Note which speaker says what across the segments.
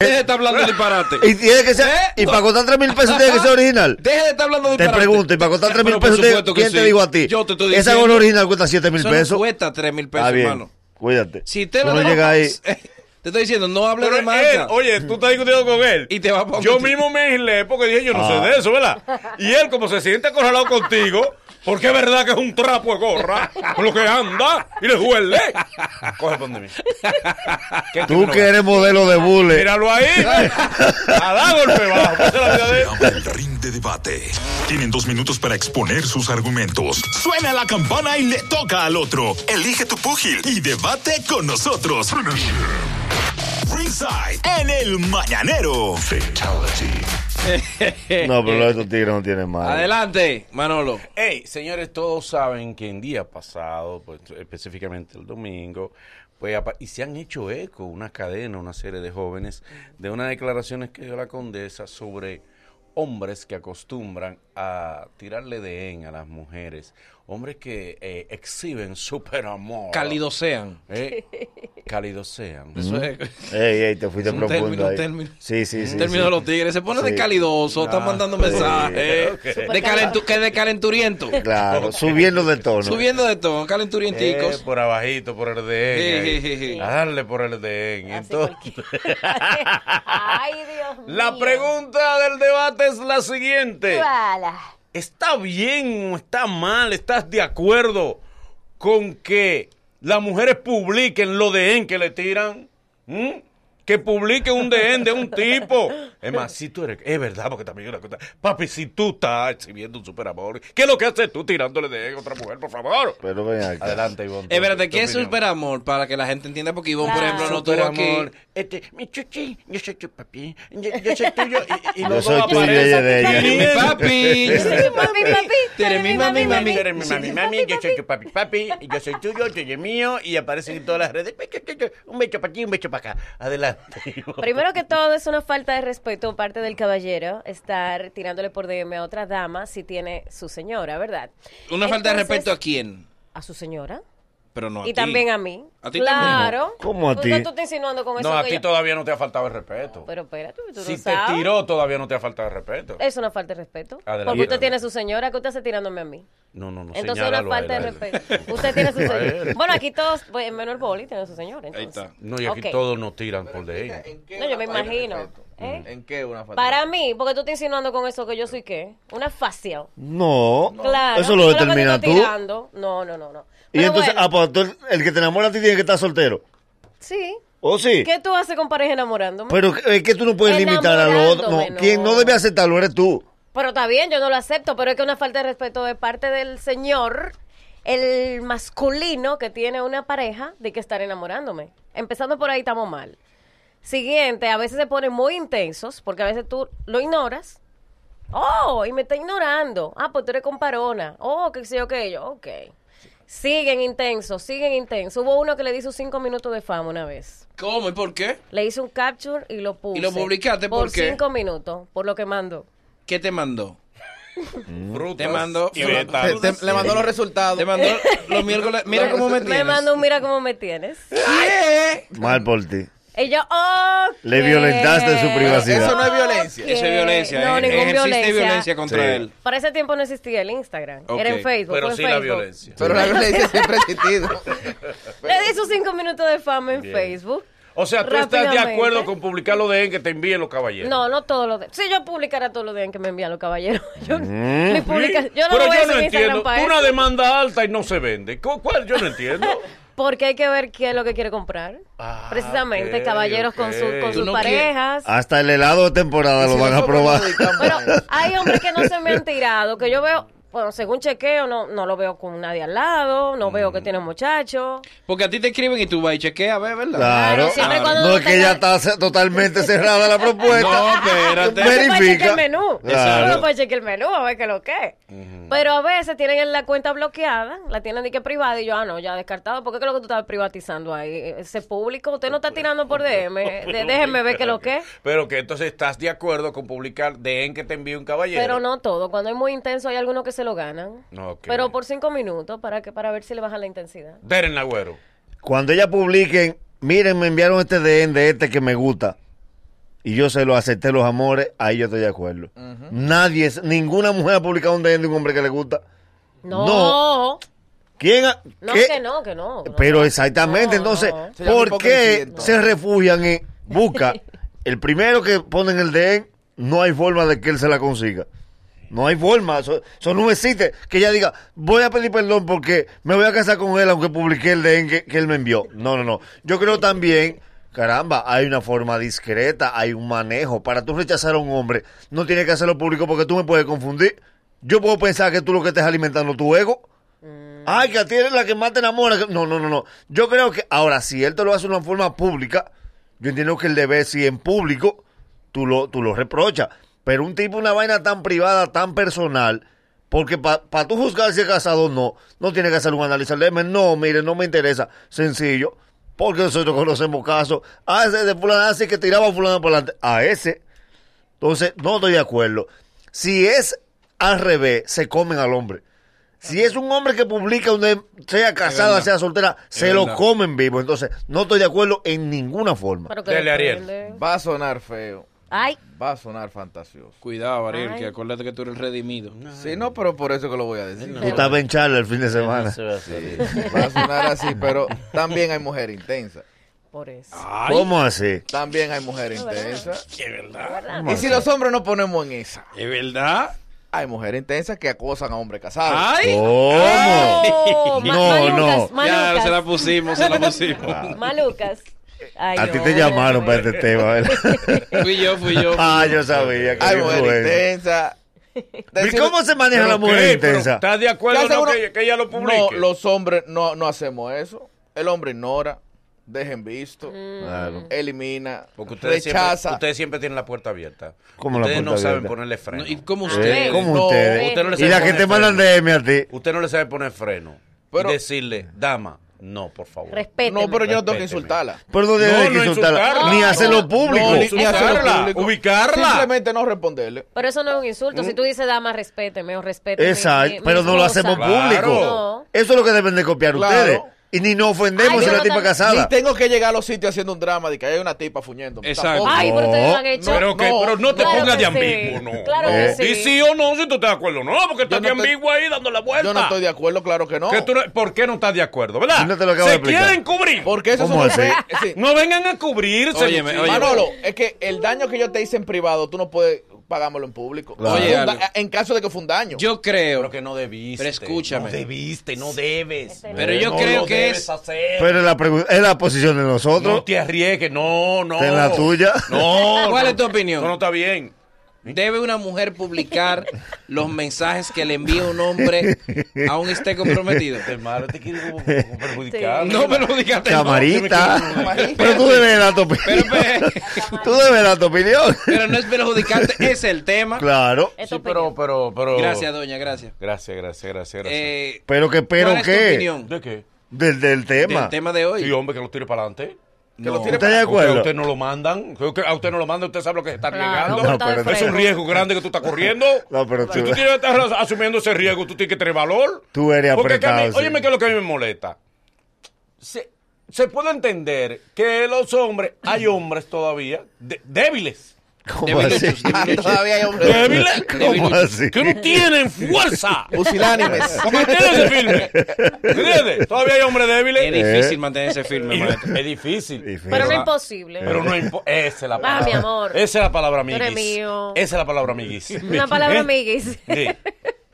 Speaker 1: Deje de estar hablando disparate.
Speaker 2: Eh, Y tiene que ser.
Speaker 1: ¿Eh?
Speaker 2: Y para costar 3 mil pesos tiene que ser original.
Speaker 1: Deje de estar hablando
Speaker 2: Te
Speaker 1: disparate.
Speaker 2: pregunto, y para costar 3 mil
Speaker 1: Pero por
Speaker 2: pesos,
Speaker 1: supuesto
Speaker 2: te-
Speaker 1: que
Speaker 2: ¿quién te
Speaker 1: sí.
Speaker 2: digo a ti?
Speaker 1: Yo te estoy
Speaker 2: Esa
Speaker 1: diciendo-
Speaker 2: gorra original cuesta 7 mil
Speaker 1: Eso no
Speaker 2: pesos.
Speaker 1: cuesta 3 mil pesos,
Speaker 2: Está bien.
Speaker 1: hermano.
Speaker 2: Cuídate.
Speaker 1: Si usted
Speaker 2: Uno
Speaker 1: le da-
Speaker 2: llega ahí.
Speaker 1: Te estoy diciendo, no hable
Speaker 3: Pero
Speaker 1: de
Speaker 3: él,
Speaker 1: marca.
Speaker 3: oye, tú estás discutiendo con él.
Speaker 1: Y te va a poner-
Speaker 3: Yo mismo me aislé porque dije, yo no
Speaker 2: Ah.
Speaker 3: sé de eso, ¿verdad? Y él, como se siente acorralado contigo, porque es verdad que es un trapo de gorra, con lo que anda y le duele. Coge pon de mí. ¿Qué
Speaker 2: Tú
Speaker 3: no
Speaker 2: que eres modelo de bule.
Speaker 3: Míralo ahí, ve. a dar golpe bajo. Esa es la vida de él.
Speaker 4: Llama el ring de debate. Tienen dos minutos para exponer sus argumentos. Suena la campana y le toca al otro. Elige tu púgil y debate con nosotros. Ringside en el mañanero.
Speaker 2: No, pero estos tigres no tienen madre.
Speaker 1: Eh, Adelante, Manolo.
Speaker 5: Hey, señores, todos saben que en día pasado, pues, específicamente el domingo, pues, apa- y se han hecho eco una cadena, una serie de jóvenes, de unas declaraciones que dio la condesa sobre hombres que acostumbran a tirarle de en a las mujeres, hombres que eh, exhiben Eh, super amor.
Speaker 1: Cálidos sean.
Speaker 5: cálidos sean.
Speaker 1: Eso es.
Speaker 2: Mm. Ey, ey, te fuiste
Speaker 1: Es un
Speaker 2: profundo
Speaker 1: término, un
Speaker 2: ahí.
Speaker 1: término.
Speaker 2: Sí, sí, sí.
Speaker 1: En
Speaker 2: sí.
Speaker 1: términos de los tigres. Se pone de
Speaker 2: Sí. Ah,
Speaker 1: calidoso, está mandando mensajes.
Speaker 5: ok.
Speaker 1: De calentu- que de calenturiento.
Speaker 2: Claro, subiendo de tono.
Speaker 1: Subiendo de tono, calenturienticos.
Speaker 5: Eh, por abajito, por el
Speaker 1: Sí,
Speaker 5: de en, ahí.
Speaker 1: sí, sí, sí.
Speaker 5: A darle por el de en.
Speaker 6: Hace
Speaker 5: Entonces,
Speaker 6: cualquier- Ay, Dios mío.
Speaker 5: la pregunta del debate es la siguiente.
Speaker 6: Bala.
Speaker 5: ¿Está bien o está mal? ¿Estás de acuerdo con que las mujeres publiquen lo de en que le tiran? ¿Mm? Que publiquen un DN de un tipo. Es más, si tú eres. Es verdad, porque también es una cosa. Papi, si tú estás exhibiendo un superamor, ¿qué es lo que haces tú tirándole de en a otra mujer, por favor?
Speaker 2: Pero ven acá.
Speaker 5: Adelante, Ivonne.
Speaker 1: Es verdad,
Speaker 5: tu
Speaker 1: Eh, ¿qué es
Speaker 5: opinión.
Speaker 1: superamor? Para que la gente entienda, porque Ivonne, por
Speaker 6: Claro.
Speaker 1: ejemplo, no tuvo aquí.
Speaker 5: Superamor. Este, mi chuchi, yo soy tu papi. Yo, yo soy tuyo. Y, y
Speaker 2: Yo
Speaker 5: los
Speaker 2: soy
Speaker 5: dos
Speaker 2: tuyo y ella de ella.
Speaker 1: Tú eres mi papi.
Speaker 6: Yo soy tu papi, papi.
Speaker 1: Tú eres mi mami, mami.
Speaker 5: Tú eres mi mami, mami, yo soy tu papi, papi, y yo soy tuyo, yo soy mío, y aparecen en todas las redes. Un becho para aquí, un becho para acá. Adelante.
Speaker 6: Primero que todo, es una falta de respeto por parte del caballero estar tirándole por DM a otra dama si tiene su señora, ¿verdad?
Speaker 1: Una falta de
Speaker 6: Entonces,
Speaker 1: respeto a quién,
Speaker 6: A su señora.
Speaker 1: pero no a
Speaker 6: y
Speaker 1: ti.
Speaker 6: también a mí.
Speaker 1: A ti
Speaker 6: claro.
Speaker 2: ¿Cómo a
Speaker 5: Pues,
Speaker 6: ¿Por
Speaker 2: ti?
Speaker 6: qué tú estás insinuando con eso?
Speaker 5: No, a
Speaker 6: que
Speaker 5: ti
Speaker 6: yo-
Speaker 5: todavía no te ha faltado el respeto.
Speaker 6: Pero espérate, pues, tú
Speaker 5: Si
Speaker 6: no
Speaker 5: te
Speaker 6: sabes.
Speaker 5: tiró, todavía no te ha faltado el respeto.
Speaker 6: Es una falta de respeto.
Speaker 5: Adelante.
Speaker 6: Porque usted
Speaker 5: Y-
Speaker 6: tiene su señora, que usted está tirándome a mí.
Speaker 5: No, no, no.
Speaker 6: Entonces una
Speaker 5: señálalo a él,
Speaker 6: falta de
Speaker 5: a él.
Speaker 6: respeto. Usted tiene su
Speaker 5: A él.
Speaker 6: señor. Bueno, aquí todos, pues, menos el boli tiene su señor. Entonces.
Speaker 1: está.
Speaker 5: No, y aquí
Speaker 6: Ok.
Speaker 5: todos nos tiran por de ella.
Speaker 6: No, yo me imagino. ¿eh?
Speaker 7: ¿En qué una falta?
Speaker 6: Para mí, porque tú estás insinuando con eso que yo soy qué? Una facia.
Speaker 2: No,
Speaker 6: Claro.
Speaker 2: eso lo
Speaker 6: Tú que
Speaker 2: determina
Speaker 6: estás
Speaker 2: tú.
Speaker 6: tirando. No, no, no, no.
Speaker 2: Y
Speaker 6: Pero
Speaker 2: entonces,
Speaker 6: bueno,
Speaker 2: ah, pues, tú- el que te enamora a ti tiene que estar soltero.
Speaker 6: sí.
Speaker 2: ¿O sí?
Speaker 6: ¿Qué tú haces con pareja enamorándome? Pero,
Speaker 2: Pero es que tú no puedes limitar a los otros. No,
Speaker 6: Enamorándome, no.
Speaker 2: quien no debe aceptarlo eres tú.
Speaker 6: está bien, yo no lo acepto, pero es que una falta de respeto de parte del señor, el masculino que tiene una pareja, de que estar enamorándome. Empezando por ahí estamos mal. Siguiente, a veces se ponen muy intensos, porque a veces tú lo ignoras. Oh, y me está ignorando. Ah, pues tú eres comparona. Oh, que sé yo, que yo. Ok. Siguen intensos, siguen intensos. Hubo uno que le hizo cinco minutos de fama una vez.
Speaker 1: ¿Cómo y por qué?
Speaker 6: Le hice un capture y lo puse.
Speaker 1: ¿Y lo publicaste por qué?
Speaker 6: cinco minutos, por lo que mandó.
Speaker 1: ¿Qué te mandó?
Speaker 5: Frutas
Speaker 1: Te mando-
Speaker 5: y vetas.
Speaker 7: Te- le mandó los resultados. Eh.
Speaker 1: Te mandó los miércoles. Mira cómo me tienes.
Speaker 6: Me mandó un mira cómo me tienes.
Speaker 1: ¿Qué?
Speaker 2: Mal por ti.
Speaker 6: Y yo, oh.
Speaker 2: Le violentaste su privacidad.
Speaker 7: Eso no es violencia.
Speaker 1: Eso es violencia.
Speaker 6: No,
Speaker 1: ¿eh?
Speaker 6: ningún
Speaker 1: Ejerciste
Speaker 6: violencia.
Speaker 1: violencia contra
Speaker 2: Sí.
Speaker 1: él.
Speaker 6: Para ese tiempo no existía el Instagram.
Speaker 1: Ok,
Speaker 6: Era en Facebook.
Speaker 5: Pero
Speaker 6: fue en
Speaker 5: sí la
Speaker 6: Facebook.
Speaker 5: violencia.
Speaker 7: Pero la violencia siempre ha existido.
Speaker 6: Le hizo cinco minutos de fama en Facebook.
Speaker 5: O sea, tú estás de
Speaker 6: Rápidamente.
Speaker 5: acuerdo con publicar lo de en que te envíen los caballeros.
Speaker 6: No, no todos los días. Si yo publicara todos los días que me envían los caballeros, yo,
Speaker 2: Mm.
Speaker 6: mi publica-
Speaker 5: Sí,
Speaker 6: yo no lo voy a
Speaker 5: ¿Mm? pero yo
Speaker 6: hacer
Speaker 5: no
Speaker 6: en Instagram
Speaker 5: entiendo.
Speaker 6: para
Speaker 5: Una
Speaker 6: eso.
Speaker 5: demanda alta y no se vende. ¿Cu- ¿Cuál? Yo no entiendo.
Speaker 6: Porque hay que ver qué es lo que quiere comprar.
Speaker 5: Ah,
Speaker 6: Precisamente,
Speaker 5: ok,
Speaker 6: caballeros con,
Speaker 5: ok.
Speaker 6: su- con
Speaker 1: Tú
Speaker 6: sus
Speaker 1: no quieres-
Speaker 6: parejas.
Speaker 2: Hasta el helado de temporada lo van a probar.
Speaker 6: Pero hay hombres que no se me han tirado, que yo veo, bueno, según chequeo, no, no lo veo con nadie al lado, no veo
Speaker 2: Mm.
Speaker 6: que tiene un muchacho.
Speaker 1: Porque a ti te escriben y tú vas y chequeas, a ver, ¿verdad?
Speaker 2: Claro.
Speaker 6: Claro, siempre cuando
Speaker 2: No es que
Speaker 6: tenga-
Speaker 2: ya está ce- totalmente cerrada la
Speaker 1: No,
Speaker 2: propuesta.
Speaker 1: espérate.
Speaker 2: Ve-
Speaker 6: Tú puedes chequear
Speaker 2: Verifica.
Speaker 6: el menú.
Speaker 2: Claro. Mm.
Speaker 6: Tú no puedes chequear el menú, a ver qué es lo que es. Pero a veces tienen la cuenta bloqueada, la tienen de que privada, y yo, ah, no, ya descartado, porque qué es lo que tú estás privatizando ahí? Ese público, usted no está tirando por DM, Eh, de- déjeme ver qué es lo que es.
Speaker 5: Pero que entonces estás de acuerdo con publicar de en que te envíe un caballero.
Speaker 6: Pero no todo, cuando es muy intenso hay algunos que se lo ganan.
Speaker 5: Ok.
Speaker 6: Pero por cinco minutos, para que para ver si le baja la intensidad.
Speaker 5: Deren Agüero.
Speaker 2: Cuando ella publiquen, miren, me enviaron este DN de este que me gusta. y yo se lo acepté los amores, ahí yo estoy de acuerdo. Nadie, es- ninguna mujer ha publicado un DM de un hombre que le gusta.
Speaker 6: No,
Speaker 2: No.
Speaker 6: no,
Speaker 2: ¿Quién? ha- qué?
Speaker 6: que no, que no. que no.
Speaker 2: Pero exactamente,
Speaker 6: No,
Speaker 2: entonces,
Speaker 6: no.
Speaker 7: Se llama
Speaker 2: ¿por
Speaker 7: hipocresía,
Speaker 2: qué
Speaker 7: entonces.
Speaker 2: se refugian en busca? El primero que ponen el DM, no hay forma de que él se la consiga. No hay forma, eso, eso no existe. Que ella diga, voy a pedir perdón porque me voy a casar con él aunque publiqué el DM que, que él me envió. No, no, no. Yo creo también, caramba, hay una forma discreta, hay un manejo. Para tú rechazar a un hombre, no tienes que hacerlo público porque tú me puedes confundir. Yo puedo pensar que tú lo que estás alimentando es tu ego. Ay, que a ti eres la que más te enamora. que- No, no, no, no. Yo creo que ahora, si él te lo hace de una forma pública, yo entiendo que el deber, si en público, tú lo, tú lo reprochas. Pero un tipo, una vaina tan privada, tan personal, porque para tú juzgar si es casado o no, no tiene que hacer un análisis. al DM, no, mire, no me interesa. Sencillo. Porque nosotros conocemos casos. Ah, ese de fulana, así que tiraba a fulana por delante. A ese. Entonces, no estoy de acuerdo. Si es al revés, se comen al hombre. Si es un hombre que publica donde sea casada,
Speaker 3: verdad.
Speaker 2: sea soltera, se lo
Speaker 3: verdad.
Speaker 2: comen vivo. Entonces, no estoy de acuerdo en ninguna forma.
Speaker 6: Pero que
Speaker 3: Dele, Ariel.
Speaker 6: depende.
Speaker 7: Va a sonar feo.
Speaker 6: Ay,
Speaker 7: Va a sonar fantasioso.
Speaker 1: Cuidado, Ariel,
Speaker 6: Ay.
Speaker 1: que acuérdate que tú eres el redimido.
Speaker 7: Sí, no, pero por eso que lo voy a decir.
Speaker 2: Tú estabas en charla el fin de semana.
Speaker 5: Se va a hacer.
Speaker 7: Sí, va a sonar así, pero también hay mujer intensa.
Speaker 6: por eso.
Speaker 2: ¿Cómo así?
Speaker 7: También hay mujer intensa.
Speaker 1: Es verdad.
Speaker 7: Y si los hombres no ponemos en esa,
Speaker 1: Es verdad.
Speaker 7: hay mujeres intensas que acosan a hombres casados.
Speaker 1: Ay.
Speaker 2: ¿Cómo?
Speaker 6: Oh, ma-
Speaker 2: No,
Speaker 6: malucas,
Speaker 2: no.
Speaker 1: Ya,
Speaker 6: malucas.
Speaker 1: se la pusimos, se la pusimos.
Speaker 6: Malucas. Ay,
Speaker 2: Ah. A ti te
Speaker 6: hombre.
Speaker 2: llamaron para este tema, ¿verdad?
Speaker 1: fui yo, fui yo.
Speaker 2: Ah, yo sabía que
Speaker 7: Hay
Speaker 2: era
Speaker 7: mujer
Speaker 2: influencer.
Speaker 7: intensa.
Speaker 2: ¿Y cómo se maneja la
Speaker 3: Pero,
Speaker 2: mujer
Speaker 3: ¿qué? Pero,
Speaker 2: intensa?
Speaker 3: ¿Estás de acuerdo
Speaker 7: Ya
Speaker 3: o no
Speaker 7: seguro-
Speaker 3: que, que ella lo publique?
Speaker 7: No, los hombres no, no hacemos eso. El hombre ignora, dejen visto,
Speaker 2: Claro.
Speaker 7: elimina,
Speaker 5: Porque ustedes siempre,
Speaker 7: rechaza.
Speaker 5: ustedes siempre tienen la puerta abierta.
Speaker 2: ¿Cómo la
Speaker 5: ustedes
Speaker 2: puerta
Speaker 5: no saben
Speaker 2: abierta?
Speaker 5: ponerle
Speaker 1: No,
Speaker 5: freno.
Speaker 1: ¿Y cómo
Speaker 2: Eh,
Speaker 1: usted?
Speaker 2: ¿Cómo
Speaker 7: No,
Speaker 2: ustedes?
Speaker 5: usted no le
Speaker 2: y
Speaker 5: sabe este.
Speaker 2: la que
Speaker 5: poner
Speaker 2: te mandan DM
Speaker 5: freno.
Speaker 2: a ti.
Speaker 5: Usted no le sabe poner freno.
Speaker 7: Pero-
Speaker 5: y decirle, dama, no, por favor.
Speaker 6: Respéteme.
Speaker 7: No, pero yo no tengo
Speaker 5: Respéteme.
Speaker 7: que insultarla.
Speaker 2: Pero no debe
Speaker 3: No,
Speaker 2: de
Speaker 3: no
Speaker 2: que insultarla,
Speaker 3: insultarla.
Speaker 2: Ni
Speaker 6: No,
Speaker 2: hacerlo
Speaker 6: no,
Speaker 2: público.
Speaker 7: ni- ni hacerlo
Speaker 3: Ubicarla,
Speaker 7: público.
Speaker 3: ubicarla.
Speaker 7: Simplemente no responderle.
Speaker 6: Pero eso no es un insulto. Si tú dices dama, respéteme o respéteme.
Speaker 2: Exacto.
Speaker 6: mi- mi
Speaker 2: pero no lo
Speaker 6: esposa.
Speaker 2: hacemos público.
Speaker 6: No.
Speaker 2: Eso es lo que deben de copiar
Speaker 7: Claro.
Speaker 2: ustedes. Y ni nos ofendemos
Speaker 6: Ay,
Speaker 2: si
Speaker 6: yo
Speaker 2: la
Speaker 6: no
Speaker 2: tipa
Speaker 6: tan-
Speaker 2: casada.
Speaker 7: Ni tengo que llegar a los sitios haciendo un drama de que hay una tipa fuñendo.
Speaker 1: Exacto.
Speaker 6: Ay, pero ustedes lo han hecho.
Speaker 3: Pero, que,
Speaker 7: No,
Speaker 3: pero no te
Speaker 6: claro
Speaker 3: pongas
Speaker 6: que
Speaker 3: de
Speaker 6: sí.
Speaker 3: ambiguo, no. Eh,
Speaker 6: Claro
Speaker 2: que
Speaker 6: sí.
Speaker 3: Y sí o no, si tú estás de acuerdo, no, porque estás
Speaker 7: no
Speaker 3: de
Speaker 7: estoy-
Speaker 3: ambiguo ahí dando la vuelta.
Speaker 7: Yo no estoy de acuerdo, claro que no.
Speaker 3: Que tú no- ¿Por qué no estás de acuerdo, verdad?
Speaker 2: No te lo acabo de
Speaker 3: Se
Speaker 2: explicar.
Speaker 3: quieren cubrir.
Speaker 7: Porque eso
Speaker 2: ¿Cómo
Speaker 7: es un-
Speaker 2: así?
Speaker 7: Sí.
Speaker 3: No vengan a cubrirse.
Speaker 1: Óyeme,
Speaker 3: muchachos.
Speaker 1: óyeme.
Speaker 7: Manolo, es que el daño que yo te hice en privado, tú no puedes pagármelo en público.
Speaker 2: Claro.
Speaker 7: Fue
Speaker 1: Oye,
Speaker 7: un da-
Speaker 1: algo.
Speaker 7: en caso de que fue un daño.
Speaker 1: Yo creo.
Speaker 5: Pero que no debiste.
Speaker 1: Pero escúchame.
Speaker 5: No debiste, no debes.
Speaker 1: Pero yo
Speaker 5: No
Speaker 1: creo
Speaker 5: lo
Speaker 1: que
Speaker 5: debes
Speaker 1: es-
Speaker 5: hacer.
Speaker 2: Pero es la, pregu- es la posición de
Speaker 5: No
Speaker 2: nosotros.
Speaker 5: te arriesgues, no, no.
Speaker 2: Ten la tuya.
Speaker 5: No.
Speaker 1: ¿Cuál
Speaker 3: no,
Speaker 1: es tu opinión?
Speaker 3: Eso no está bien.
Speaker 1: ¿Debe una mujer publicar los mensajes que le envía un hombre aún esté comprometido?
Speaker 5: Este malo te quiere como, como perjudicar.
Speaker 1: No me lo digas. no.
Speaker 2: Camarita. Pero tú debes dar tu opinión.
Speaker 1: Pero,
Speaker 2: Tú debes dar tu opinión.
Speaker 1: pero no es perjudicante, es el tema.
Speaker 2: Claro.
Speaker 6: Es tu
Speaker 5: Sí, pero,
Speaker 6: opinión.
Speaker 5: pero, pero.
Speaker 1: Gracias, doña, gracias.
Speaker 5: Gracias, gracias, gracias, gracias.
Speaker 1: Eh,
Speaker 2: Pero que, pero
Speaker 1: ¿Cuál es tu
Speaker 2: qué.
Speaker 1: opinión
Speaker 5: ¿De qué?
Speaker 2: Del, del tema.
Speaker 1: del tema de hoy?
Speaker 5: Sí, hombre, que lo tire para adelante.
Speaker 7: que lo
Speaker 1: No.
Speaker 7: tiene
Speaker 2: ¿Usted de
Speaker 7: para-
Speaker 5: Porque a
Speaker 2: acuerdo?
Speaker 5: usted no lo mandan. Creo que A usted no lo mandan, usted sabe lo que se está
Speaker 6: Claro,
Speaker 5: arriesgando.
Speaker 2: No,
Speaker 6: bota de
Speaker 2: pero-
Speaker 5: es
Speaker 6: freno.
Speaker 5: un riesgo grande que tú estás corriendo.
Speaker 2: No, pero tú-
Speaker 5: Si tú tienes que estar asumiendo ese riesgo, tú tienes que tener valor.
Speaker 2: Tú eres
Speaker 5: Porque es que a mí-
Speaker 2: apretado, sí.
Speaker 5: Óyeme, que es lo que a mí me molesta. Se, se puede entender que los hombres, hay hombres todavía de- débiles.
Speaker 2: ¿Cómo
Speaker 1: Débil
Speaker 2: así?
Speaker 1: hechos, débil
Speaker 7: Ah,
Speaker 1: hechos.
Speaker 7: todavía hay hombres.
Speaker 5: Débiles.
Speaker 2: ¿Cómo así?
Speaker 5: Que no tienen fuerza.
Speaker 7: Pusilánimes.
Speaker 5: Para mantenerse firme. ¿Entiendes? Todavía hay hombres
Speaker 1: Es
Speaker 5: débiles.
Speaker 1: difícil mantenerse firme,
Speaker 5: Y-
Speaker 1: maestro.
Speaker 5: es difícil.
Speaker 2: Difícil.
Speaker 6: Pero no es
Speaker 1: Pero-
Speaker 6: imposible. Ah,
Speaker 5: Pero no impo- Esa es la palabra.
Speaker 6: mi amor.
Speaker 5: Esa es la palabra
Speaker 6: Tú eres
Speaker 5: amiguis.
Speaker 6: mío.
Speaker 5: Esa es la palabra amiguis.
Speaker 6: Una palabra
Speaker 5: ¿Eh?
Speaker 6: amiguis.
Speaker 5: Sí.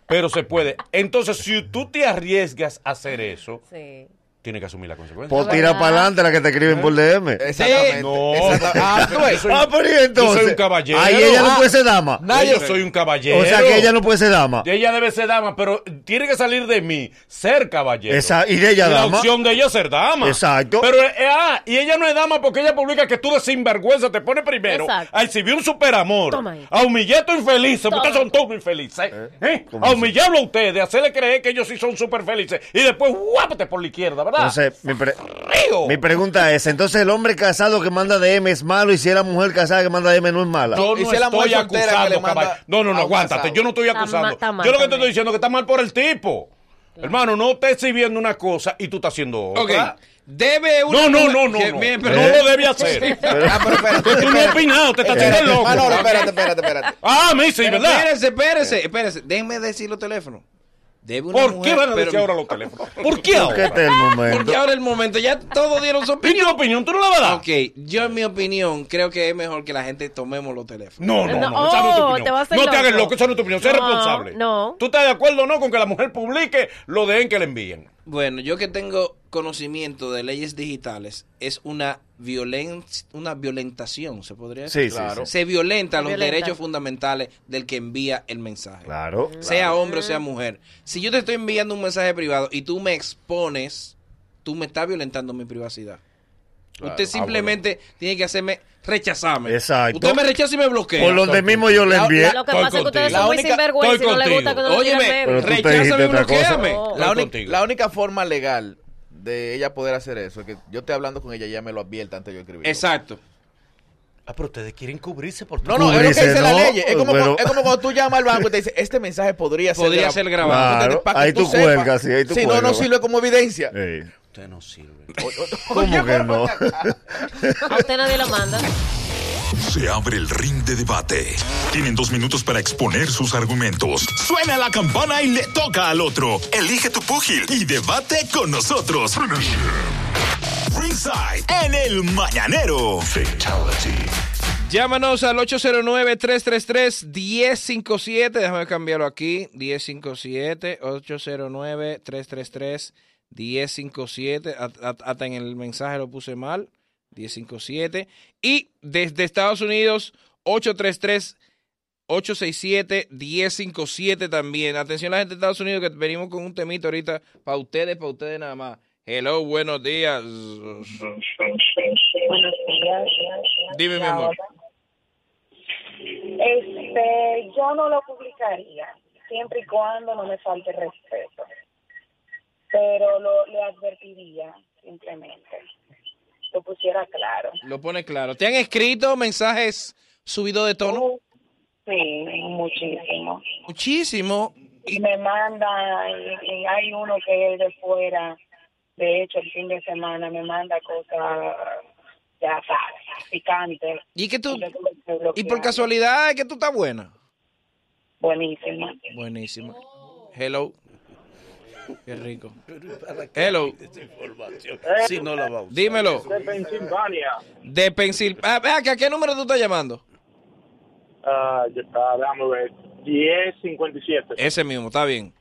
Speaker 5: Pero se puede. Entonces, si tú te arriesgas a hacer eso,
Speaker 6: Sí.
Speaker 5: tienes que asumir la consecuencia.
Speaker 2: Pues tira para adelante la que te escriben por DM.
Speaker 7: Exactamente.
Speaker 5: No. pues.
Speaker 7: Exactamente. Ah, tú ves.
Speaker 2: Ah, pero ¿y entonces.
Speaker 5: un caballero.
Speaker 2: Ahí ella no
Speaker 7: Ah.
Speaker 2: puede ser dama.
Speaker 7: Nadie-
Speaker 5: Yo soy un caballero.
Speaker 2: O sea que ella no puede ser dama.
Speaker 5: Ella debe ser dama, pero tiene que salir de mí, ser caballero.
Speaker 2: Esa- y de ella
Speaker 5: la
Speaker 2: dama.
Speaker 5: opción de ella es ser dama.
Speaker 2: Exacto.
Speaker 5: Pero, eh, ah, y ella no es dama porque ella publica que tú de sinvergüenza te pones primero
Speaker 6: Exacto.
Speaker 5: a exhibir un superamor.
Speaker 6: Toma ahí.
Speaker 5: A humillar a estos infelices,
Speaker 6: Toma.
Speaker 5: porque ustedes son todos infelices. ¿eh?
Speaker 2: ¿Cómo
Speaker 5: A
Speaker 2: así?
Speaker 5: humillarlo a ustedes, a hacerle creer que ellos sí son súper felices. Y después, guápate por la izquierda, ¿verdad?
Speaker 2: Entonces, mi, pre-
Speaker 5: Río.
Speaker 2: mi pregunta es, entonces el hombre casado que manda DM es malo y si es la mujer casada que manda DM no es mala.
Speaker 5: Yo no
Speaker 7: Y si es la mujer
Speaker 5: estoy
Speaker 7: soltera que
Speaker 5: acusando,
Speaker 7: le manda
Speaker 5: caballo. No, no, no,
Speaker 7: a un
Speaker 5: aguántate.
Speaker 7: casado.
Speaker 5: Yo no estoy
Speaker 6: Está
Speaker 5: acusando.
Speaker 6: ma- está mal
Speaker 5: yo lo que te
Speaker 6: también.
Speaker 5: estoy diciendo es que está mal por el tipo. Hermano, no te estoy viendo una cosa y tú estás haciendo otra.
Speaker 1: Ok, Debe una
Speaker 3: Ah. No, no,
Speaker 1: mujer-
Speaker 3: no, no.
Speaker 1: que-
Speaker 3: No,
Speaker 1: bien,
Speaker 3: no
Speaker 1: pero-
Speaker 3: lo debía hacer.
Speaker 1: Ah, pero espérate.
Speaker 3: Tú no has opinado, te
Speaker 5: Eh,
Speaker 3: estás tirando loco.
Speaker 7: Ah, no, no, espérate, espérate, espérate.
Speaker 3: Ah, me dice,
Speaker 1: Pero
Speaker 3: ¿verdad?
Speaker 1: Espérense, espérense, espérense. Déjenme decir los teléfonos. Debe una
Speaker 3: ¿Por
Speaker 1: mujer,
Speaker 3: qué van a
Speaker 1: pero-
Speaker 3: decir ahora los teléfonos?
Speaker 1: ¿Por qué
Speaker 2: Porque
Speaker 1: ahora?
Speaker 2: este es el momento.
Speaker 1: Porque ahora es el momento. Ya todos dieron su
Speaker 3: ¿Y tu
Speaker 1: opinión.
Speaker 3: opinión? ¿Tú no la vas a dar?
Speaker 1: Ok, yo en mi opinión creo que es mejor que la gente tomemos los teléfonos.
Speaker 3: No, no, no.
Speaker 6: No,
Speaker 3: esa no es tu
Speaker 6: oh,
Speaker 3: opinión.
Speaker 6: te vas a hacer
Speaker 3: no te hagas
Speaker 6: loco.
Speaker 3: loco, esa no es tu opinión. Sé
Speaker 6: No,
Speaker 3: responsable.
Speaker 6: no.
Speaker 3: ¿Tú estás de acuerdo o no con que la mujer publique lo de en que le envíen?
Speaker 1: Bueno, yo que tengo conocimiento de leyes digitales, es una violencia, una violentación, se podría decir.
Speaker 2: Sí, sí,
Speaker 7: Claro.
Speaker 2: sí.
Speaker 1: Se violenta los
Speaker 6: Violenta.
Speaker 1: derechos fundamentales del que envía el mensaje.
Speaker 2: Claro.
Speaker 1: Sea hombre o sea mujer. Si yo te estoy enviando un mensaje privado y tú me expones, tú me estás violentando mi privacidad.
Speaker 3: Ah,
Speaker 1: Usted simplemente tiene que hacerme rechazarme.
Speaker 2: Exacto.
Speaker 1: Usted me rechaza y me bloquea.
Speaker 2: Por donde mismo yo le
Speaker 1: La-
Speaker 2: envié.
Speaker 6: Lo que
Speaker 3: Estoy
Speaker 6: pasa es que ustedes
Speaker 3: contigo.
Speaker 6: son muy
Speaker 7: La única-
Speaker 6: sinvergüenzas y
Speaker 3: estoy
Speaker 6: no les gusta
Speaker 3: contigo.
Speaker 6: cuando
Speaker 2: Pero
Speaker 1: Óyeme,
Speaker 2: tú te dijiste
Speaker 1: recházame y
Speaker 2: otra cosa.
Speaker 1: bloqueame.
Speaker 6: No.
Speaker 1: La
Speaker 3: Estoy
Speaker 1: única-
Speaker 3: contigo.
Speaker 7: La única forma legal de ella poder hacer eso es que yo esté hablando con ella, ella me lo advierta antes de yo escribir.
Speaker 1: Exacto.
Speaker 5: Ah, pero ustedes quieren cubrirse por
Speaker 7: No, no, es lo que
Speaker 2: Cubrirse,
Speaker 7: dice la
Speaker 2: ¿no?
Speaker 7: ley. Es como,
Speaker 2: Pero-
Speaker 7: cu- es como cuando tú llamas al banco y te dice, este mensaje podría ser.
Speaker 1: Podría
Speaker 7: gra-
Speaker 1: ser grabado.
Speaker 2: Claro,
Speaker 7: pa' que
Speaker 2: ahí tú
Speaker 7: sepas.
Speaker 2: cuelgas, sí, ahí tú
Speaker 7: Sí, no, no
Speaker 2: cuelgas.
Speaker 7: sirve como evidencia.
Speaker 2: Ey,
Speaker 5: Usted no sirve.
Speaker 2: ¿Cómo que no?
Speaker 6: A usted nadie lo manda.
Speaker 4: Se abre el ring de debate. Tienen dos minutos para exponer sus argumentos. Suena la campana y le toca al otro. Elige tu púgil y debate con nosotros. Ringside en el mañanero. Fatality.
Speaker 1: Llámanos al 809-333-1057. Déjame cambiarlo aquí. 1057. 809-333-1057. At- at- Hasta en el mensaje lo puse mal. 1057. Y desde Estados Unidos, 833 867-1057 también. Atención la gente de Estados Unidos que venimos con un temito ahorita para ustedes, para ustedes nada más. Hello, buenos días.
Speaker 8: Buenos días.
Speaker 1: Dime, mi amor.
Speaker 8: Este, yo no lo publicaría, siempre y cuando no me falte respeto. Pero lo, le advertiría, simplemente. Lo pusiera claro.
Speaker 1: Lo pone claro. ¿Te han escrito mensajes subidos de tono?
Speaker 8: Sí, muchísimo.
Speaker 1: Muchísimo.
Speaker 8: Y me manda, y, y hay uno que es de fuera, de hecho, el fin de semana me manda cosas, ya sabes, picantes.
Speaker 1: Y que tú,
Speaker 8: Y yo tuve que
Speaker 1: y por
Speaker 8: bloquearlo.
Speaker 1: casualidad es que tú estás buena.
Speaker 8: Buenísimo.
Speaker 1: Buenísima. Hello. Qué rico. Hello.
Speaker 5: Si no la va a usar.
Speaker 1: Dímelo. De Pensilvania. De Pensilvania. ¿A qué número tú estás llamando?
Speaker 9: Ah, ya está, déjame ver. 10.57.
Speaker 1: Ese mismo, está bien.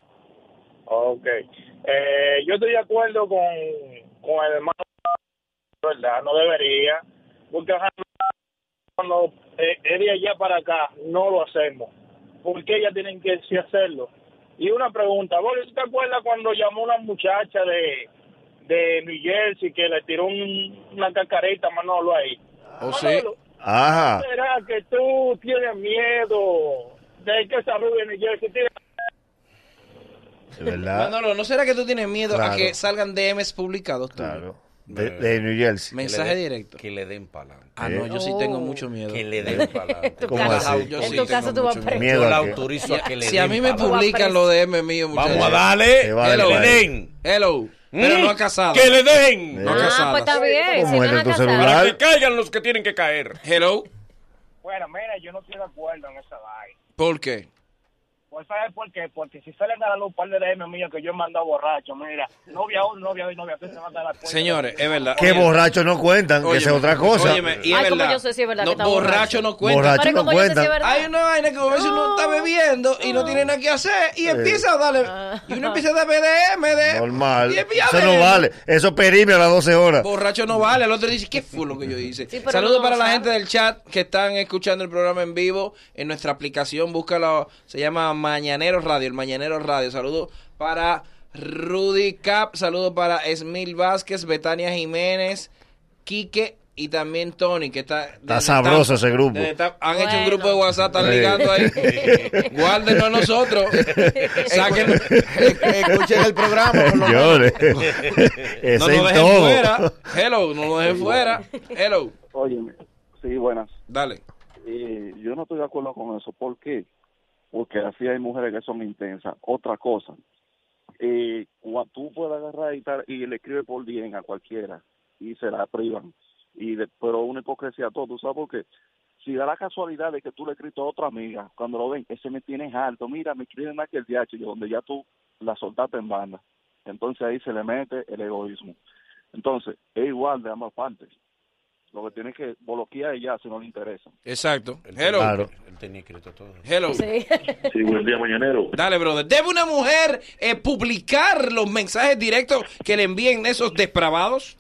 Speaker 9: Ok. Eh, yo estoy de acuerdo con, con el hermano, ¿verdad? No debería. Porque ajá, cuando eh, es de allá para acá, no lo hacemos. Porque ellas tienen que sí hacerlo. Y una pregunta, Boris, ¿tú te acuerdas cuando llamó una muchacha de, de New Jersey que le tiró un- una cascarita a Manolo ahí?
Speaker 1: ¿O sí?
Speaker 9: Manolo,
Speaker 2: Oh, Ajá.
Speaker 9: ¿Será que tú tienes miedo de que esa rubia New Jersey tiene
Speaker 2: De verdad.
Speaker 1: Manolo, ¿no será que tú tienes miedo a
Speaker 2: Claro.
Speaker 1: que salgan DMs publicados tuyos?
Speaker 2: Claro. De, de New Jersey.
Speaker 5: Que le
Speaker 1: Mensaje
Speaker 5: den-
Speaker 1: directo.
Speaker 5: Que le den pa'lante.
Speaker 1: Ah, no, yo sí
Speaker 6: Oh.
Speaker 1: tengo mucho miedo.
Speaker 5: Que le den pa'lante.
Speaker 2: ¿Cómo
Speaker 6: casa-
Speaker 2: así?
Speaker 1: Yo
Speaker 6: en
Speaker 1: sí
Speaker 6: tu
Speaker 1: tengo
Speaker 6: casa tú vas
Speaker 1: mucho
Speaker 6: preso.
Speaker 2: miedo.
Speaker 5: Yo la
Speaker 2: que-
Speaker 5: autorizo a que le den
Speaker 1: Si a mí me
Speaker 6: pa'lante.
Speaker 1: publican los DM míos, muchachos.
Speaker 3: Vamos a
Speaker 2: Te
Speaker 3: darle.
Speaker 2: va a
Speaker 3: Que le
Speaker 2: dar.
Speaker 3: den.
Speaker 1: Hello. Pero
Speaker 3: Mm,
Speaker 1: no ha casado.
Speaker 3: Que le den.
Speaker 2: Eh.
Speaker 1: No
Speaker 6: Ah,
Speaker 1: casadas.
Speaker 6: pues está bien.
Speaker 2: ¿Cómo
Speaker 6: Si no
Speaker 2: eres
Speaker 6: la
Speaker 2: tu
Speaker 6: casada.
Speaker 2: celular?
Speaker 3: Para que caigan los que tienen que caer.
Speaker 1: Hello.
Speaker 9: Bueno, mira, yo no estoy de acuerdo en esa vaina.
Speaker 1: ¿Por qué?
Speaker 9: Pues, ¿sabes por qué? Porque si salen a la luz un par de DM míos que yo he mandado borracho, mira, novia uno, novia dos, novia tres, se van a dar la cuenta.
Speaker 1: Señores, es verdad.
Speaker 2: Que
Speaker 1: Oye,
Speaker 2: borrachos no cuentan, que
Speaker 1: óyeme,
Speaker 2: esa es otra cosa.
Speaker 1: óyeme, y es
Speaker 6: Ay, como
Speaker 1: verdad.
Speaker 6: yo sé si es verdad
Speaker 1: No,
Speaker 6: que está
Speaker 1: borracho,
Speaker 6: borracho.
Speaker 1: no cuenta.
Speaker 2: Borracho.
Speaker 6: Pero
Speaker 2: no
Speaker 6: como yo sé si es
Speaker 2: cuentan.
Speaker 6: verdad.
Speaker 1: Hay una vaina que a veces uno está bebiendo y no tiene nada que hacer
Speaker 2: Eh.
Speaker 1: y empieza a darle.
Speaker 6: Ah.
Speaker 1: Y uno empieza a dar BDM. de-
Speaker 2: Normal.
Speaker 1: y empieza
Speaker 2: Eso
Speaker 1: a
Speaker 2: no
Speaker 1: beber.
Speaker 2: vale. Eso perime a las 12 horas.
Speaker 1: Borracho no vale. El otro dice, ¿qué fue lo que yo hice?
Speaker 6: Sí, pero
Speaker 1: Saludos
Speaker 6: no
Speaker 1: para la
Speaker 6: sabe.
Speaker 1: gente del chat que están escuchando el programa en vivo en nuestra aplicación. Búscala, se llama Mañanero Radio, el Mañanero Radio. Saludos para Rudy Cap, saludos para Esmil Vázquez, Betania Jiménez, Quique y también Tony, que está... desde
Speaker 2: sabroso ese este grupo.
Speaker 1: desde Tam- han hecho un
Speaker 6: Bueno.
Speaker 1: grupo de WhatsApp, están
Speaker 2: Sí.
Speaker 1: ligando ahí. Guárdenos a nosotros. Sáquenlo.
Speaker 7: Escuchen el programa. por lo menos.
Speaker 2: Señores.
Speaker 1: No
Speaker 2: Ese
Speaker 1: nos
Speaker 2: en
Speaker 1: dejen
Speaker 2: todo.
Speaker 1: fuera. Hello, no nos dejen fuera. Hello,
Speaker 10: Oye, sí, buenas.
Speaker 1: dale.
Speaker 10: Eh, yo no estoy de acuerdo con eso. ¿Por qué? Porque así hay mujeres que son intensas. Otra cosa, eh, cua- tú puedes agarrar y, tal, y le escribe por bien a cualquiera y se la privan. Y de- pero una hipocresía todo, ¿tú sabes por qué? Si da la casualidad de que tú le escribiste a otra amiga, cuando lo ven, ese me tienes alto, mira, me escriben más que el DH, yo, donde ya tú la soltaste en banda. Entonces ahí se le mete el egoísmo. Entonces, es igual de ambas partes. Lo que tienes que bloquear y ya si no le interesa.
Speaker 1: Exacto. Hello.
Speaker 2: Claro.
Speaker 5: Él tenía escrito todo.
Speaker 1: Hello.
Speaker 6: Sí.
Speaker 10: Sí, buen día, mañanero.
Speaker 1: Dale, brother. ¿Debe una mujer eh, publicar los mensajes directos que le envíen esos despravados?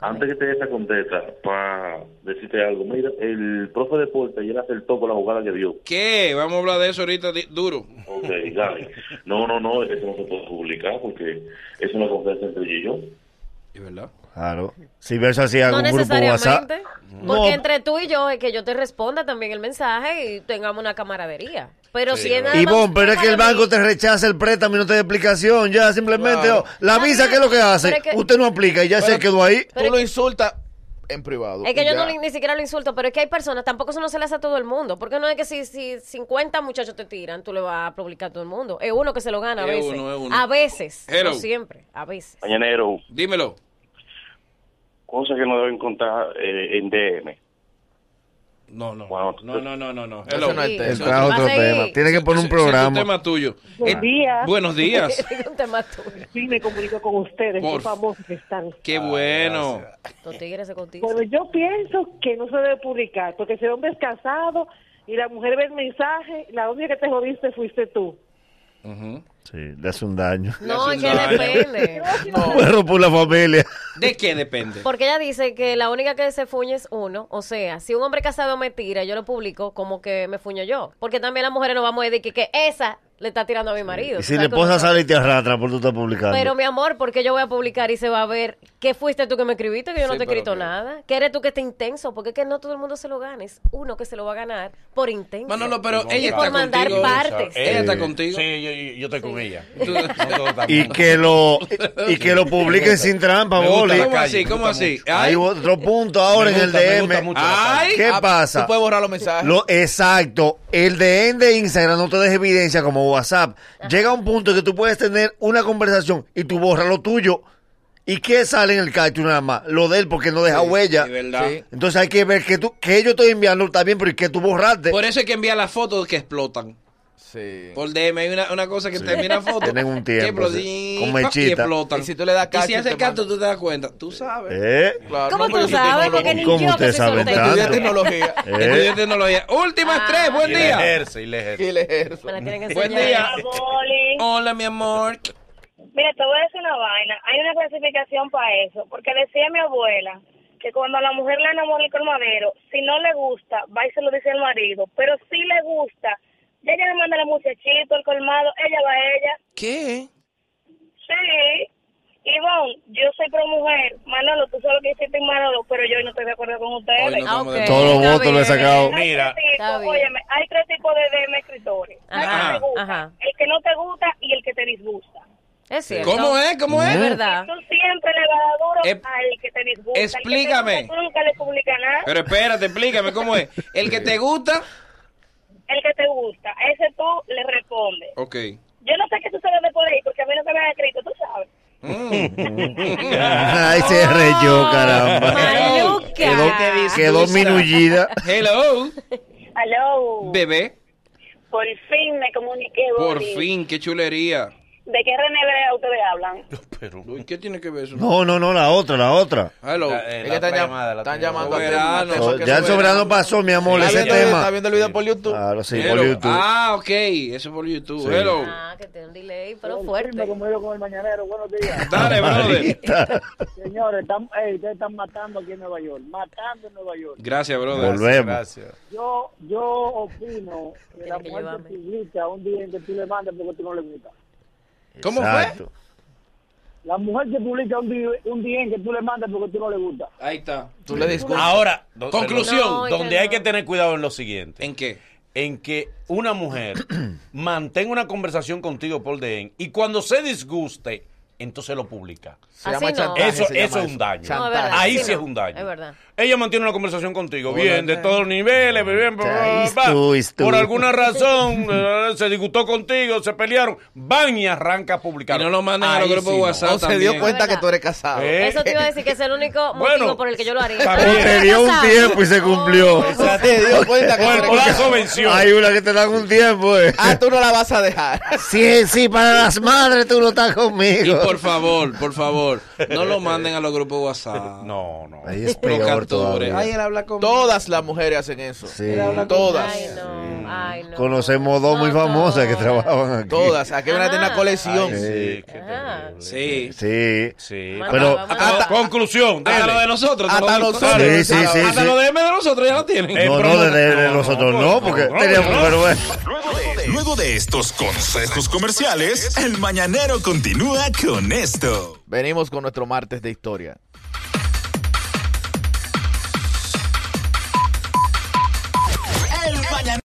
Speaker 10: Antes que te dé esa contesta, para decirte algo, mira, el profe de Puerta ayer acertó con la jugada que dio.
Speaker 1: ¿Qué? Vamos a hablar de eso ahorita di- duro.
Speaker 10: Ok, dale. No, no, no, eso no se puede publicar porque es una conferencia entre ella y yo.
Speaker 1: ¿Es verdad?
Speaker 2: Claro. Si ves así hago
Speaker 6: No
Speaker 2: un grupo de WhatsApp.
Speaker 6: necesariamente.
Speaker 2: No.
Speaker 6: Porque entre tú y yo es que yo te responda también el mensaje y tengamos una camaradería. Pero si es nada más
Speaker 2: Ivonne,
Speaker 6: un
Speaker 2: pero es que el
Speaker 6: mensaje
Speaker 2: banco te rechaza el préstamo y no te da explicación. Ya simplemente,
Speaker 1: Claro.
Speaker 2: oh, la visa, ¿qué es lo que hace?
Speaker 6: Pero es que-
Speaker 2: Usted no aplica y ya se quedó ahí.
Speaker 6: Pero
Speaker 7: Tú
Speaker 6: es
Speaker 7: lo
Speaker 6: que-
Speaker 7: insultas en privado.
Speaker 6: Es que
Speaker 7: y
Speaker 6: yo
Speaker 7: ya.
Speaker 6: no, ni, ni siquiera lo insulto, pero es que hay personas, tampoco eso no se le hace a todo el mundo. Porque no es que si, si 50 muchachos te tiran, tú le vas a publicar a todo el mundo. Es uno que se lo gana a
Speaker 1: Es
Speaker 6: veces.
Speaker 1: uno, es uno.
Speaker 6: A veces.
Speaker 1: Hello.
Speaker 6: No siempre, a veces.
Speaker 10: Mañanero,
Speaker 1: Dímelo.
Speaker 10: cosas que no deben contar eh, en DM.
Speaker 1: No, no.
Speaker 10: Bueno,
Speaker 1: No, no, no, no. no. Hello.
Speaker 7: Eso no es
Speaker 6: Sí.
Speaker 7: tema.
Speaker 2: El
Speaker 6: Eso
Speaker 2: trabajo
Speaker 6: va a
Speaker 2: otro
Speaker 6: seguir.
Speaker 2: tema. Tiene que poner un
Speaker 1: Ese- ese es un
Speaker 2: programa.
Speaker 1: tema tuyo.
Speaker 11: Buen
Speaker 1: Eh,
Speaker 11: día.
Speaker 1: Buenos días.
Speaker 6: Digo, un tema tuyo.
Speaker 11: Sí, me comunico con ustedes,
Speaker 1: Por-
Speaker 11: qué famosos que están.
Speaker 2: Ah,
Speaker 1: Qué bueno.
Speaker 6: Los tigres se cotizan.
Speaker 11: Bueno, yo pienso que no se debe publicar, porque si el hombre es casado y la mujer ve el mensaje, la única que te jodiste fuiste tú.
Speaker 1: Ujú.
Speaker 2: Sí, le hace un daño.
Speaker 6: No, es que
Speaker 1: No, no.
Speaker 6: depende.
Speaker 2: No puede romper la familia.
Speaker 1: ¿De qué depende?
Speaker 6: Porque ella dice que la única que se fuñe es uno. O sea, si un hombre casado me tira, yo lo publico como que me fuño yo. Porque también las mujeres no vamos a decir que, que esa le está tirando a mi marido.
Speaker 2: Y
Speaker 6: Tú
Speaker 2: si la
Speaker 6: sabes que uno
Speaker 2: esposa
Speaker 6: sabe.
Speaker 2: sale y te arrastra por tú estás publicando.
Speaker 6: Pero mi amor, porque yo voy a publicar y se va a ver que fuiste tú que me escribiste, que yo no
Speaker 1: Sí,
Speaker 6: te he
Speaker 1: pero
Speaker 6: escrito
Speaker 1: que-
Speaker 6: nada? que eres tú que esté intenso? Porque es que no todo el mundo se lo gana, es uno que se lo va a ganar por intenso.
Speaker 1: Manolo, pero
Speaker 5: Y
Speaker 1: ella
Speaker 6: por
Speaker 1: está
Speaker 6: mandar
Speaker 1: contigo.
Speaker 6: partes.
Speaker 1: Ella está
Speaker 2: Sí.
Speaker 1: contigo.
Speaker 5: Sí, yo, yo- yo estoy con ella.
Speaker 1: Tú-
Speaker 2: Y que lo y que lo publiquen sin trampa,
Speaker 5: Me gusta
Speaker 2: boli.
Speaker 5: la
Speaker 1: ¿Cómo
Speaker 5: calle,
Speaker 1: así?
Speaker 5: me
Speaker 1: ¿Cómo
Speaker 5: gusta
Speaker 1: así?
Speaker 2: Hay
Speaker 1: Ay,
Speaker 2: otro punto ahora
Speaker 5: Me gusta, me
Speaker 2: en el
Speaker 5: gusta
Speaker 2: DM.
Speaker 5: mucho la Ah, pues,
Speaker 1: ay.
Speaker 2: ¿Qué pasa?
Speaker 7: Tú puedes borrar los mensajes.
Speaker 2: Lo exacto, el DM de Instagram no te deja evidencia como WhatsApp. Llega un punto que tú puedes tener una conversación y tú borras lo tuyo. ¿Y qué sale en el capture nada más? Lo de él porque no deja huella.
Speaker 1: de verdad.
Speaker 7: Sí.
Speaker 2: Entonces hay que ver que tú que yo estoy enviando también, pero ¿y que tú borraste?
Speaker 5: Pues,
Speaker 1: Por eso hay que enviar las fotos que explotan.
Speaker 7: Sí.
Speaker 1: Por DM hay una, una cosa que te envía una foto.
Speaker 2: Tienen un tiempo,
Speaker 1: que explota
Speaker 2: sí.
Speaker 1: y-
Speaker 2: Con
Speaker 1: pa,
Speaker 2: mechita.
Speaker 1: Y explotan.
Speaker 7: Y si tú le das cacho,
Speaker 1: Y si haces
Speaker 7: te
Speaker 1: cacho,
Speaker 7: manda.
Speaker 1: tú te das cuenta. Tú sabes.
Speaker 2: ¿Eh?
Speaker 7: Claro,
Speaker 6: ¿Cómo
Speaker 7: pero
Speaker 6: tú
Speaker 7: yo soy
Speaker 6: sabes?
Speaker 7: tecnólogo.
Speaker 6: Porque ni
Speaker 2: ¿Cómo
Speaker 6: yo que
Speaker 2: ustedes
Speaker 6: soy
Speaker 2: saben
Speaker 6: soltera.
Speaker 2: tanto?
Speaker 7: Estudié tecnología.
Speaker 2: ¿Eh?
Speaker 1: Estudié tecnología. Últimas
Speaker 6: Ah.
Speaker 1: tres. Buen
Speaker 5: Y le
Speaker 1: día.
Speaker 5: ejerce, y le ejerce.
Speaker 7: Y le ejerzo.
Speaker 6: Me la tienen que
Speaker 1: Buen
Speaker 6: enseñar.
Speaker 1: día.
Speaker 8: Boli.
Speaker 1: Hola, mi amor.
Speaker 8: Mira, te voy a decir una vaina. Hay una clasificación para eso. Porque decía mi abuela que cuando a la mujer la enamora el colmadero, si no le gusta, va y se lo dice al marido. Pero si le gusta, ya ella le manda al muchachito, el colmado, ella va a ella.
Speaker 1: ¿Qué?
Speaker 8: Sí. Ivonne, yo soy pro mujer. Manolo, tú sabes lo que hiciste en Manolo, pero yo hoy no estoy de acuerdo con ustedes.
Speaker 1: Hoy no
Speaker 6: Ah,
Speaker 1: estamos
Speaker 6: ok.
Speaker 1: de
Speaker 2: Todos los
Speaker 6: Está
Speaker 2: votos lo he
Speaker 6: bien.
Speaker 2: sacado.
Speaker 8: Hay
Speaker 5: Mira.
Speaker 8: tres
Speaker 6: Está
Speaker 8: tipos,
Speaker 6: bien.
Speaker 8: óyeme, hay tres tipos de DM escritores.
Speaker 6: Ajá,
Speaker 8: el que te gusta,
Speaker 6: ajá.
Speaker 8: el que no te gusta y el que te disgusta.
Speaker 6: Es cierto.
Speaker 1: ¿Cómo es? ¿Cómo es?
Speaker 6: Es verdad.
Speaker 8: Tú siempre le vas a dar duro
Speaker 1: Eh,
Speaker 8: al que te disgusta. al que te
Speaker 1: explícame.
Speaker 8: gusta, tú nunca le publicas nada.
Speaker 1: Pero espérate, explícame cómo es. El que te gusta.
Speaker 8: El que te gusta, a ese tú le respondes.
Speaker 1: Ok.
Speaker 8: Yo no sé qué sucede por ahí, porque a mí no se me han escrito, tú sabes.
Speaker 1: Mm.
Speaker 2: Mm. Ay, se reyó, caramba.
Speaker 6: Oh, Maluca.
Speaker 2: Quedó, quedó minullida.
Speaker 1: Hello,
Speaker 8: Aló.
Speaker 1: bebé.
Speaker 8: por fin me comuniqué,
Speaker 1: Por
Speaker 8: Boli.
Speaker 1: fin, qué chulería.
Speaker 8: ¿De qué René Brea ustedes hablan?
Speaker 5: Pero,
Speaker 1: Uy, ¿Qué tiene que ver eso?
Speaker 2: No, no, no, la otra, la otra.
Speaker 1: Hello.
Speaker 5: La- eh,
Speaker 7: Es que
Speaker 5: otra
Speaker 7: están, llam-
Speaker 5: llamada, la
Speaker 7: están
Speaker 5: otra
Speaker 7: llamando a
Speaker 1: llamada.
Speaker 7: tema,
Speaker 1: Soberano.
Speaker 7: tema que
Speaker 2: Ya el soberano pasó, mi amor,
Speaker 7: Está
Speaker 2: ese
Speaker 7: viendo- Está
Speaker 2: tema.
Speaker 7: viendo el video por YouTube.
Speaker 2: Claro, sí,
Speaker 1: Hello.
Speaker 2: por YouTube.
Speaker 1: Ah, ok. Eso por YouTube. Hello.
Speaker 6: Ah, que tiene un delay, pero fuerte.
Speaker 11: con el mañanero, buenos días.
Speaker 1: Dale, brother.
Speaker 11: Señores, ustedes están matando aquí en Nueva York, matando en Nueva York.
Speaker 1: Gracias, brother.
Speaker 2: Volvemos.
Speaker 5: gracias.
Speaker 11: Yo, yo opino que
Speaker 6: la Tiene que mujer te llevarme.
Speaker 11: publica un día en que tú le mandas porque tú no le gusta.
Speaker 1: ¿Cómo fue?
Speaker 2: Exacto.
Speaker 11: La mujer que publica un día, un día en que tú le mandas porque tú no le gusta.
Speaker 1: Ahí está.
Speaker 7: Tú le disculpas.
Speaker 5: Ahora, do-
Speaker 1: Conclusión.
Speaker 6: No, es que
Speaker 5: donde hay
Speaker 6: no.
Speaker 5: que tener cuidado en lo siguiente.
Speaker 1: ¿En qué?
Speaker 5: en que una mujer mantenga una conversación contigo por DM y cuando se disguste, entonces lo publica.
Speaker 6: Se llama Así no. chantaje,
Speaker 5: Eso,
Speaker 6: se llama
Speaker 5: eso es
Speaker 6: eso.
Speaker 5: un daño.
Speaker 6: No, es verdad,
Speaker 5: Ahí
Speaker 6: así
Speaker 5: sí es
Speaker 6: no.
Speaker 5: un daño.
Speaker 6: Es verdad.
Speaker 5: Ella mantiene una conversación contigo,
Speaker 3: Hola,
Speaker 5: bien, de todos los niveles, bien, bla, bla, bla,
Speaker 2: Ahí
Speaker 5: bla.
Speaker 2: estoy, estoy.
Speaker 5: por alguna razón eh, se disgustó contigo, se pelearon, van y arranca a publicar. Y no lo
Speaker 1: mandan a los grupos de WhatsApp
Speaker 7: se dio cuenta que tú eres casado.
Speaker 6: Eso te iba a decir que es el único motivo
Speaker 5: Bueno,
Speaker 6: por el que yo lo haría.
Speaker 5: está
Speaker 2: O te dio un tiempo y se cumplió.
Speaker 7: te dio cuenta que
Speaker 2: Porque-
Speaker 7: tú eres casado.
Speaker 2: Hay una que te dan un tiempo, eh.
Speaker 7: Ah, tú no la vas a dejar.
Speaker 2: Sí, sí, para las madres tú no estás
Speaker 1: Y
Speaker 2: conmigo.
Speaker 1: por favor, por favor, no lo manden a los grupos de WhatsApp.
Speaker 5: No, no.
Speaker 2: Ahí es
Speaker 1: Lo
Speaker 2: peor
Speaker 1: capturen.
Speaker 2: todavía.
Speaker 1: Ay, él habla con
Speaker 7: Todas las mujeres hacen eso.
Speaker 2: Sí.
Speaker 7: Todas.
Speaker 6: Ay, no, ay,
Speaker 2: eh.
Speaker 6: no.
Speaker 2: Conocemos dos muy famosas que trabajaban aquí.
Speaker 7: Todas. Aquí hay una de
Speaker 1: Ah.
Speaker 7: una colección.
Speaker 5: Ay, sí, qué
Speaker 6: Ah.
Speaker 5: terrible.
Speaker 1: Sí.
Speaker 2: Sí.
Speaker 5: Sí.
Speaker 2: Pero
Speaker 6: Vamos a-
Speaker 7: Hasta-
Speaker 5: Conclusión,
Speaker 1: Hasta
Speaker 5: dale.
Speaker 1: lo de nosotros.
Speaker 7: Hasta
Speaker 1: te lo-
Speaker 7: nosotros.
Speaker 2: Sí, sí, sí,
Speaker 1: Hasta
Speaker 2: sí.
Speaker 1: lo de M de nosotros ya lo tienen.
Speaker 5: Eh,
Speaker 2: No, no,
Speaker 5: promo-
Speaker 2: de, de- de
Speaker 5: no,
Speaker 2: nosotros
Speaker 5: no,
Speaker 2: no,
Speaker 5: no,
Speaker 2: porque
Speaker 5: no,
Speaker 2: teníamos.
Speaker 5: no.
Speaker 2: Pero bueno.
Speaker 4: Luego de estos consejos comerciales, el mañanero continúa con esto.
Speaker 7: Venimos con nuestro martes de historia.